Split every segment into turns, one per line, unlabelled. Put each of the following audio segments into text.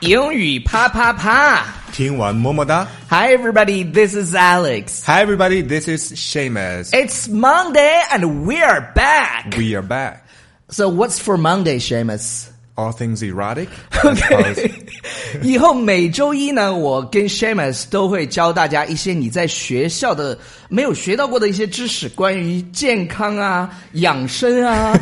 英语啪啪啪
听完么么哒。
！Hi everybody, this is Alex.
Hi everybody, this is Seamus.
It's Monday and we are back.
We are back.
So what's for Monday, Seamus?
All things erotic.
OK，以后每周一呢，我跟 Shamus 都会教大家一些你在学校的没有学到过的一些知识，关于健康啊、养生啊，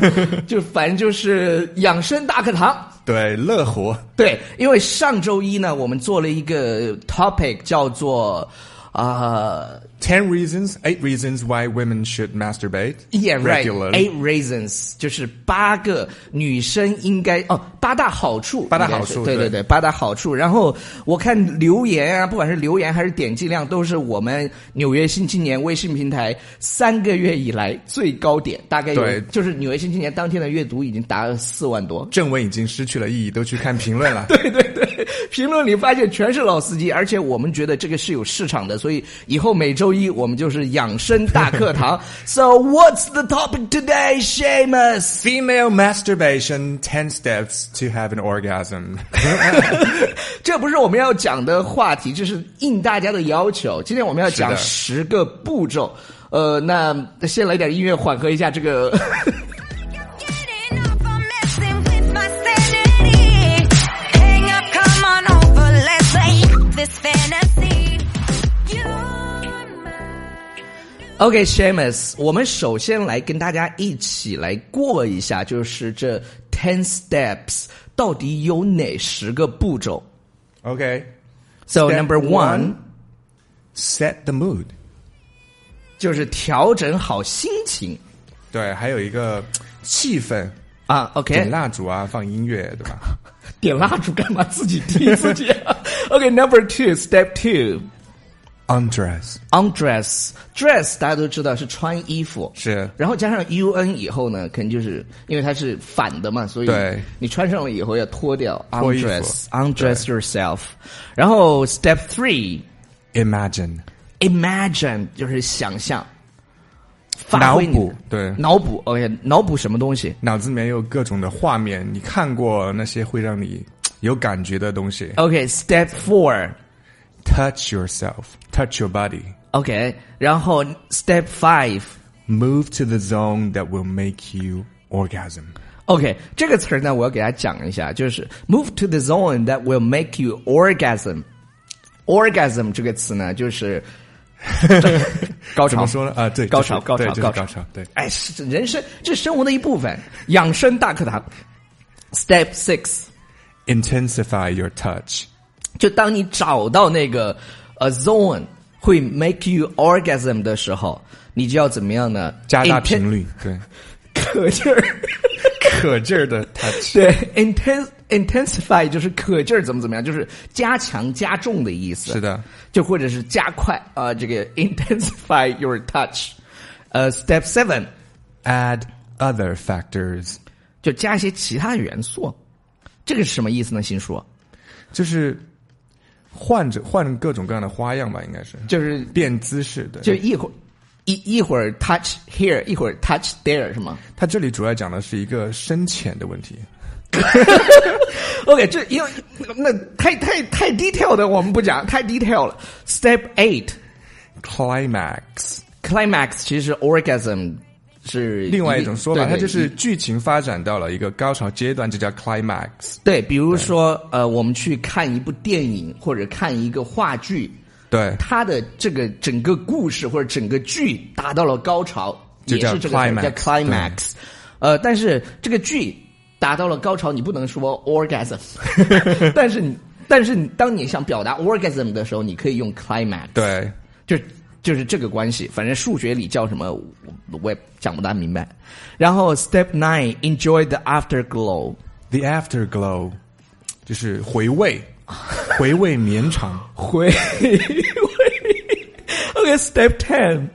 就反正就是养生大课堂。
对，乐活。
对，因为上周一呢，我们做了一个 topic 叫做啊、
Ten reasons, eight reasons why women should masturbate
Yeah, right.
regularly.
Eight reasons 就是八个女生应该哦，八大好处，
八大
应该是
好处
对对
对
对，八大好处。然后我看留言啊，不管是留言还是点击量，都是我们纽约新青年微信平台三个月以来最高点，大概有
对
就是纽约新青年当天的阅读已经达四万多。
正文已经失去了意义，都去看评论了。
对对对，评论里发现全是老司机，而且我们觉得这个是有市场的，所以以后每周一我们就是养生大课 堂。so what's the topic today, Shamus？
Female masturbation: ten steps to have an orgasm.
这不是我们要讲的话题，这是应大家的要求。今天我们要讲十个步骤。呃，那先来点音乐缓和一下这个
Getting up, I'm messing with my sanity. Hang up, come on over, let's play this fantasy. You're mine.
OK Shamus，我们首先来跟大家一起来过一下，就是这 ten steps 到底有哪十个步骤
Okay.
？So
Step
number one
one Set the mood.
就是调整好心情
对，还有一个气氛，
啊。OK，
点蜡烛啊，放音乐，对吧？
点蜡烛干嘛？自己踢自己、OK，number、two，step two。
Undress
undress dress 大家都知道是穿衣服，
是
然后加上 un 以后呢，肯定就是因为它是反的嘛，所以
对
你穿上了以后要脱掉
脱衣服
undress undress yourself，然后 step three
imagine
imagine 就是想象，发挥你
脑补对
脑补 OK 脑补什么东西
脑子里面有各种的画面，你看过那些会让你有感觉的东西。
OK step four
Touch yourself, touch your body,
OK 然后 step five
move to the zone that will make you orgasm.
OK，这个词儿呢，我要给大家讲一下，就是 move to the zone that will make you orgasm。orgasm 这个词呢，就是 高潮。
怎么说呢？啊，对，
高潮，高
就是
潮，
对
高
就是
潮
高潮，，对。
哎，是人生，这是生活的一部分，养生大课堂。Step six，
Intensify your touch.
就当你找到那个呃 zone 会 make you orgasm 的时候，你就要怎么样呢？
加
Inten-
大 频率，对，
可劲儿。
可劲儿的 touch。
对，intens intensify 就是可劲儿怎么怎么样，就是加强加重的意思。
是的，
就或者是加快啊、这个 intensify your touch。呃，step seven
Add other factors.
就加一些其他元素，这个是什么意思呢？新说
就是换着换各种各样的花样吧，应该是
就是
变姿势的。
就一会儿一一会儿 touch here，一会儿 touch there 是吗
他这里主要讲的是一个深浅的问题。
？OK，这因为那太太太 detail 的我们不讲，太 detail 了。Step eight
Climax，
climax 其实 orgasm 是
另外一种说法，
对对
它就是剧情发展到了一个高潮阶段，这叫 climax。
对，比如说呃，我们去看一部电影或者看一个话剧，
对，
它的这个整个故事或者整个剧达到了高潮，
就
也
叫
是这个词儿
climax，
叫 climax。呃，但是这个剧达到了高潮，你不能说 orgasm，但 是你但是你当你想表达 orgasm 的时候，你可以用 climax。，
对，
就就是这个关系，反正数学里叫什么，我我也讲不大明白。然后 step nine，enjoy the afterglow。
The afterglow，就是回 味，回味绵长。
回味。OK，Step、Ten。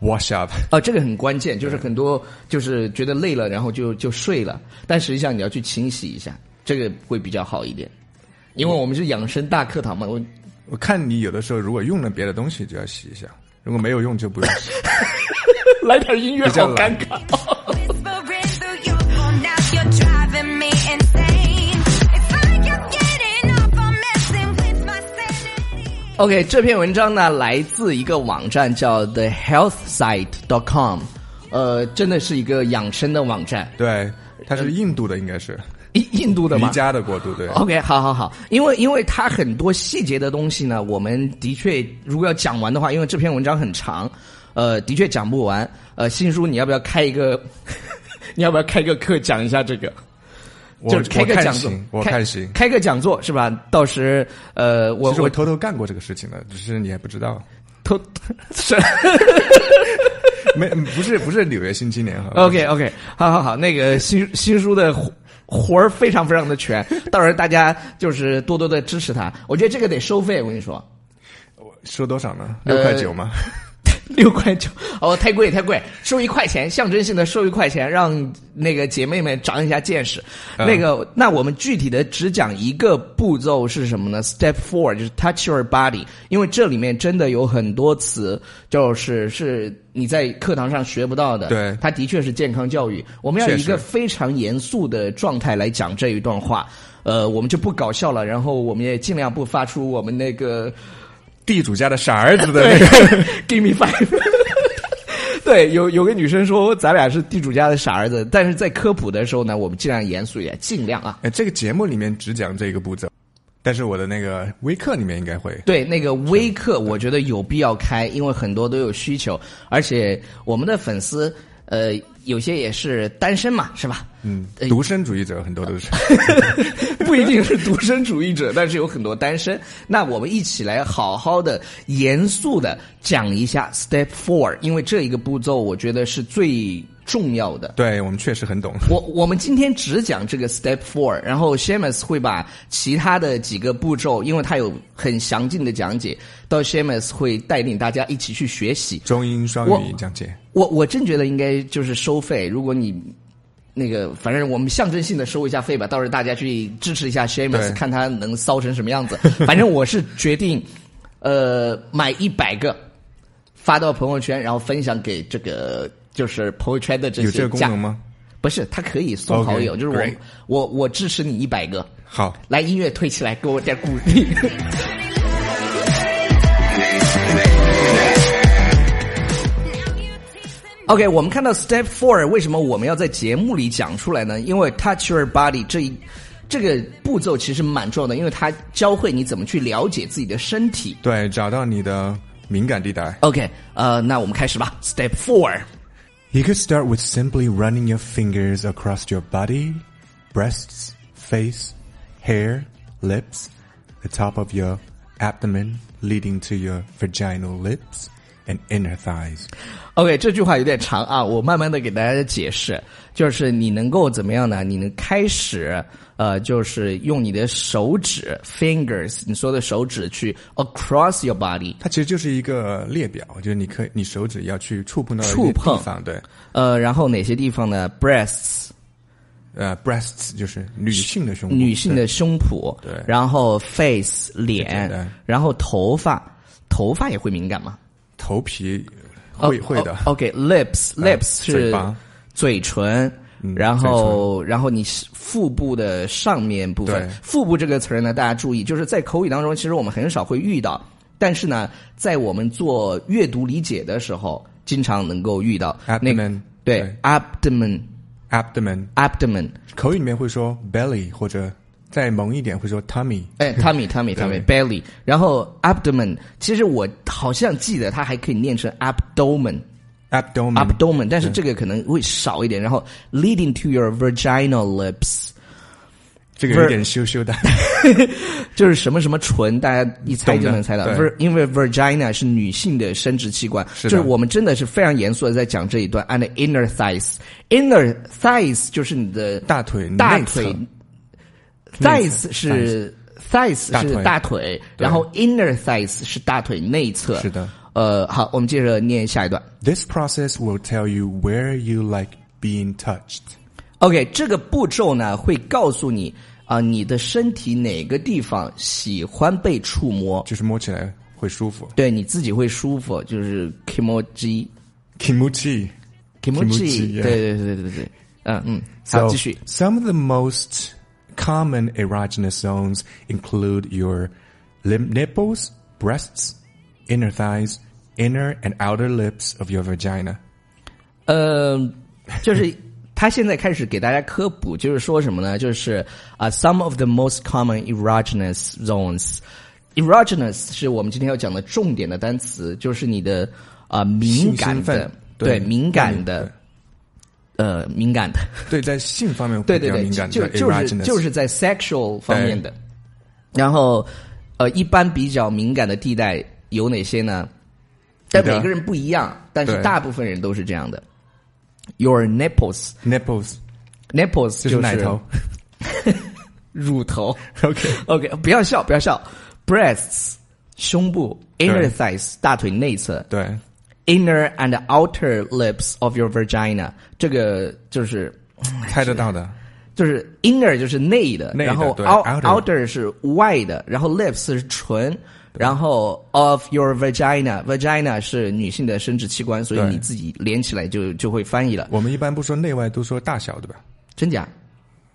Wash up，
哦，这个很关键，就是很多就是觉得累了，然后就就睡了，但实际上你要去清洗一下，这个会比较好一点，因为我们是养生大课堂嘛。我
我看你有的时候如果用了别的东西就要洗一下，如果没有用就 不用洗。
来点音乐，
比较
好尴
懒
尬。
Whispering through your phone, now you're driving me insane. It's like I'm getting up,
OK，这篇文章呢来自一个网站叫 TheHealthSite.com，呃，真的是一个养生的网站，
对，它是印度的，应该是
印印度的
瑜
吗？
伽的国度，对。
OK，好好好，因为因为它很多细节的东西呢，我们的确如果要讲完的话，因为这篇文章很长，呃，的确讲不完。呃，新叔，你要不要开一个？ 你要不要开个课讲一下这个？
我
就
我
是开个
看
讲座
行，，我
开
看行。
开个讲座是吧？到时呃，我
其实
我
我偷偷干过这个事情的，只是你还不知道。
偷是
没，不是不是纽约新青年哈。
OK OK，好好好，那个新新书的活活儿非常非常的全，到时候大家就是多多的支持他。我觉得这个得收费，我跟你说。
说多少呢？
呃
六块九吗？
六块九哦，太贵太贵，收一块钱，象征性的收一块钱，让那个姐妹们长一下见识。
嗯
那个，那我们具体的只讲一个步骤是什么呢？Step four 就是 touch your body，因为这里面真的有很多词，就是是你在课堂上学不到的。
对
它的确是健康教育。我们要
确
以一个
实
非常严肃的状态来讲这一段话。呃，我们就不搞笑了，然后我们也尽量不发出我们那个
地主家的傻儿子的那个。
对 ，Give me five 。对，有有个女生说咱俩是地主家的傻儿子，但是在科普的时候呢，我们尽量严肃一点，尽量啊。
哎，这个节目里面只讲这个步骤，但是我的那个微课里面应该会。
对，那个微课我觉得有必要开，因为很多都有需求，而且我们的粉丝呃有些也是单身嘛，是吧？
嗯
哎，
独身主义者很多 都是。
不一定是独身主义者，但是有很多单身。那我们一起来好好的、严肃的讲一下 Step Four，因为这一个步骤我觉得是最重要的。
对我们确实很懂。
我我们今天只讲这个 step four，然后 Shamus 会把其他的几个步骤，因为他有很详尽的讲解，到 Shamus 会带领大家一起去学习。
中英双
我
语讲解，
我我真觉得应该就是收费，如果你那个，反正我们象征性的收一下费吧，到时候大家去支持一下 Shamus，
对
看他能骚成什么样子。反正我是决定，呃，买一百个，发到朋友圈，然后分享给这个就是朋友圈的这些
有这个功
家
能吗？
不是，他可以送好友
OK，
就是我
great
我我支持你一百个，
好，
来音乐推起来，给我点鼓励。OK，我们看到 Step Four，为什么我们要在节目里讲出来呢？因为 Touch Your Body 这一这个步骤其实蛮重要的，因为它教会你怎么去了解自己的身体。
对，找到你的敏感地带。
OK，呃，那我们开始吧，Step Four。
You could start with simply running your fingers across your body, breasts, face, hair, lips, the top of your abdomen leading to your vaginal lips and inner thighs.
OK，这句话有点长啊，我慢慢的给大家解释，就是你能够怎么样呢？你能开始呃，就是用你的手指 fingers，你说的手指去 across your body，
它其实就是一个列表，就是你可以你手指要去触碰到的一
触
些
碰
地方，对，
呃，然后哪些地方呢？breasts，
呃，breasts 就是女性的胸部，
女性
嗯对
的胸脯，
对
然后 face
简
脸
单，
然后头发，头发也会敏感吗？
头皮会
哦
会的
哦，OK，lips
嗯
lips
嘴
是
巴
嘴唇，
嗯
然后然后你是腹部的上面部分
对，
腹部这个词儿呢，大家注意，就是在口语当中，其实我们很少会遇到，但是呢，在我们做阅读理解的时候，经常能够遇到那个
Abdomen，
对
对
abdomen
abdomen，
abdomen，
口语里面会说 belly 或者再萌一点会说 tummy。
哎，tummy tummy
对
tummy belly，然后 abdomen，其实我好像记得它还可以念成 abdomen。
abdomen
abdomen，但是这个可能会少一点。然后 leading to your vaginal lips，
这个有点羞羞的，
就是什么什么唇，大家一猜就能猜到。
懂的
Vir- 因为 vagina 是女性的生殖器官，
是的
就是我们真的是非常严肃的在讲这一段。And inner thighs，inner thighs 就是你的
大腿
大
内侧
腿
内
，thighs
侧
是 thighs
大
是
腿
大腿，然后 inner thighs 是大腿内侧。
是的。
呃，好，我们接着念下一段。
This process will tell you where you like being touched.
OK，这个步骤呢会告诉你啊、你的身体哪个地方喜欢被触摸，
就是摸起来会舒服。
对你自己会舒服，就是 kimoji
Kimuchi.
kimoji，对对
Kimoji，yeah
对对对对，嗯嗯，好，继续。
some of the most common erogenous zones include your lim- nipples, breasts, inner thighs, inner and outer lips of your vagina.
呃，就是他现在开始给大家科普，就是说什么呢？就是啊、s o m e of the most common erogenous zones。erogenous 是我们今天要讲的重点的单词，就是你的啊、敏感
性兴
的
奋，对
敏感的，呃，敏感的，
对，在性方面会
对对对，
比较敏感，
就
比较
就是就
erogenous。
是在 sexual 方面的。然后，呃，一般比较敏感的地带有哪些呢？但
你的
每个人不一样，但是
对
大部分人都是这样的。Your nipples,
nipples
nipples 就
奶头。
乳头。
OK
OK，不要笑，不要笑。Breasts，胸部；inner
对
thighs，大腿内侧
对
；inner and outer lips of your vagina，这个就是
猜得到的
就是 inner 就是内的，
内的
然后
对
out
outer
outer 是外的，然后 lips 是唇，然后 of your vagina vagina 是女性的生殖器官，所以
对
你自己连起来就就会翻译了，
我们一般不说内外，都说大小，对吧？
真假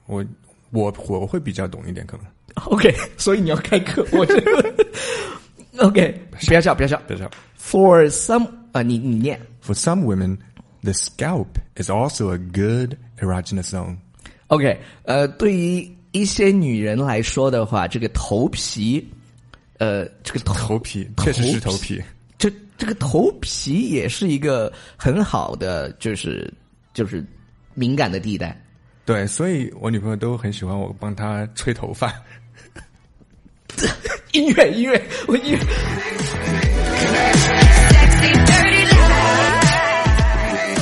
我我我会比较懂一点，可能
？OK，所 以你要开课，我觉得 OK，不要笑，不要笑。
别笑。
For some 啊、你你念
For some women, the scalp is also a good erogenous zone.
OK，呃，对于一些女人来说的话，这个头皮，呃，这个头
头皮确实是头皮。
这这个头皮也是一个很好的，就是就是敏感的地带。
对，所以我女朋友都很喜欢我帮她吹头发。
音乐，音乐，我音乐。
Sexy, dirty lies.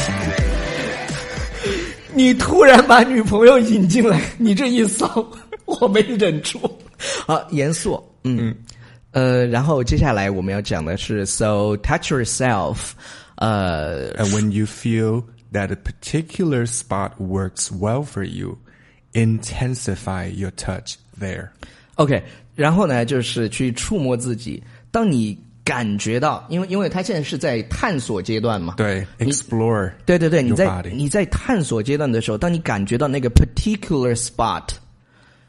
你突然把女朋友引进来，你这一骚，我没忍住。好，严肃，嗯，呃，然后接下来我们要讲的是，so touch yourself，呃，
And when you feel that a particular spot works well for you, intensify your touch there.
OK，然后呢，就是去触摸自己。当你感觉到，因为因为他现在是在探索阶段嘛，
对，explore，
对对对，你
your
在
body
你在探索阶段的时候，当你感觉到那个 particular spot，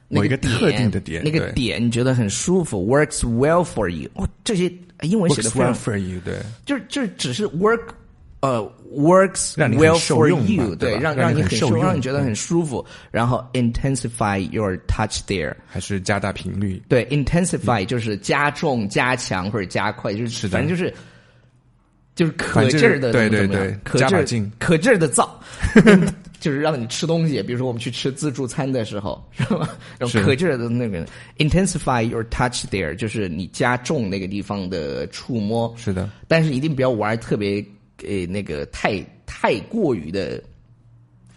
那
某一
个
个特定的
点，
点
那个
对
点你觉得很舒服，works well for you。哇，这些哎英文写的
works
非常
well for you，对，
就是就是只是 work 呃 works
让你很
well
受
for
用嘛
you，
对吧
让
让你
你
很
很
受用
让你觉得很舒服，然后 intensify your touch there。
还是加大频率。
对，intensify 就是加重、加强或者加快，就是
嗯是的
反正就是就是可
反正
劲儿的，
对对
怎么
对
样可
加
劲
把
儿
劲
可劲儿的 造，就是让你吃东西，比如说我们去吃自助餐的时候，是吧？然后
是
可劲儿的那个 intensify your touch there，就是你加重那个地方的触摸，
是的，
但是一定不要玩儿特别呃那个太太过于的。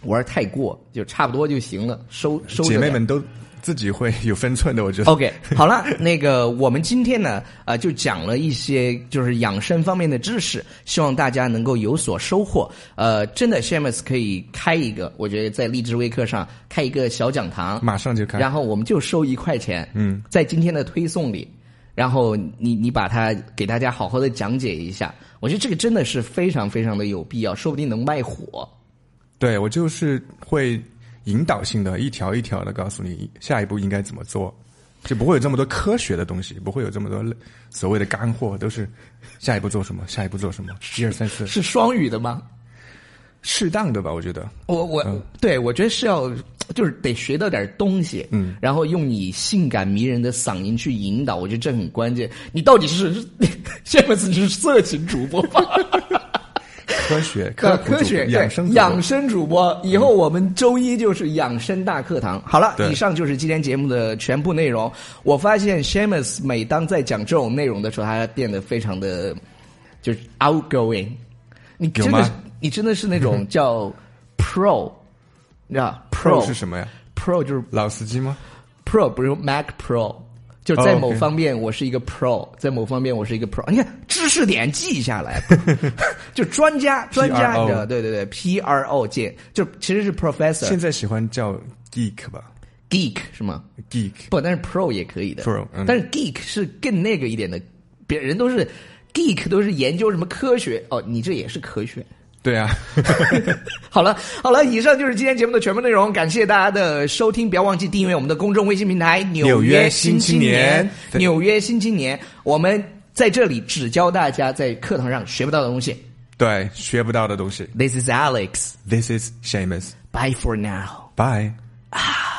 玩儿太过就差不多就行了，收收着
姐妹
点
们都自己会有分寸的，我 觉得。
OK，好了，那个我们今天呢，呃，就讲了一些就是养生方面的知识，希望大家能够有所收获。呃，真的，Shamus 可以开一个，我觉得在励志微课上开一个小讲堂，
马上就开
然后我们就收一块钱，嗯，在今天的推送里，然后你你把它给大家好好的讲解一下，我觉得这个真的是非常非常的有必要，说不定能卖火。
对我就是会引导性的，一条一条的告诉你下一步应该怎么做，就不会有这么多科学的东西，不会有这么多所谓的干货，都是下一步做什么，下一步做什么，一二三四，
是双语的吗？
适当的吧，我觉得。
我我、对我觉得是要，就是得学到点东西，嗯，然后用你性感迷人的嗓音去引导，我觉得这很关键。你到底是 下面你是色情主播吧？
科学、科普主
呃科学
义养生
对
主义
养生主播，以后我们周一就是养生大课堂。好了，
对
以上就是今天节目的全部内容。我发现 Shamus 每当在讲这种内容的时候，他变得非常的就是 outgoing。你真
有
的
吗
是，你真的是那种叫 pro，你知道
pro 是什么呀？
？pro 就是
老司机吗？
pro，不是 Mac Pro。就在
哦
某
，OK
方面我是一个 pro，在某方面我是一个 pro。你看知识点记下来， 就专 家专家，
PRO
你知道？对对对，P R O 键，就其实是
现
professor
在喜欢叫 geek 吧
geek 是吗？
，geek
不，但是 pro 也可以的
Pro，嗯
但是 geek 是更那个一点的，别人都是 geek 都是研究什么科学哦，你这也是科学。
对啊，
好了，好了，以上就是今天节目的全部内容，感谢大家的收听，不要忘记订阅我们的公众微信平台《纽
纽约
新
新青
年
年》。
纽约新青年，我们在这里只教大家在课堂上学不到的东西。
对，学不到的东西。
This is Alex.
This is Seamus.
Bye for now.
Bye.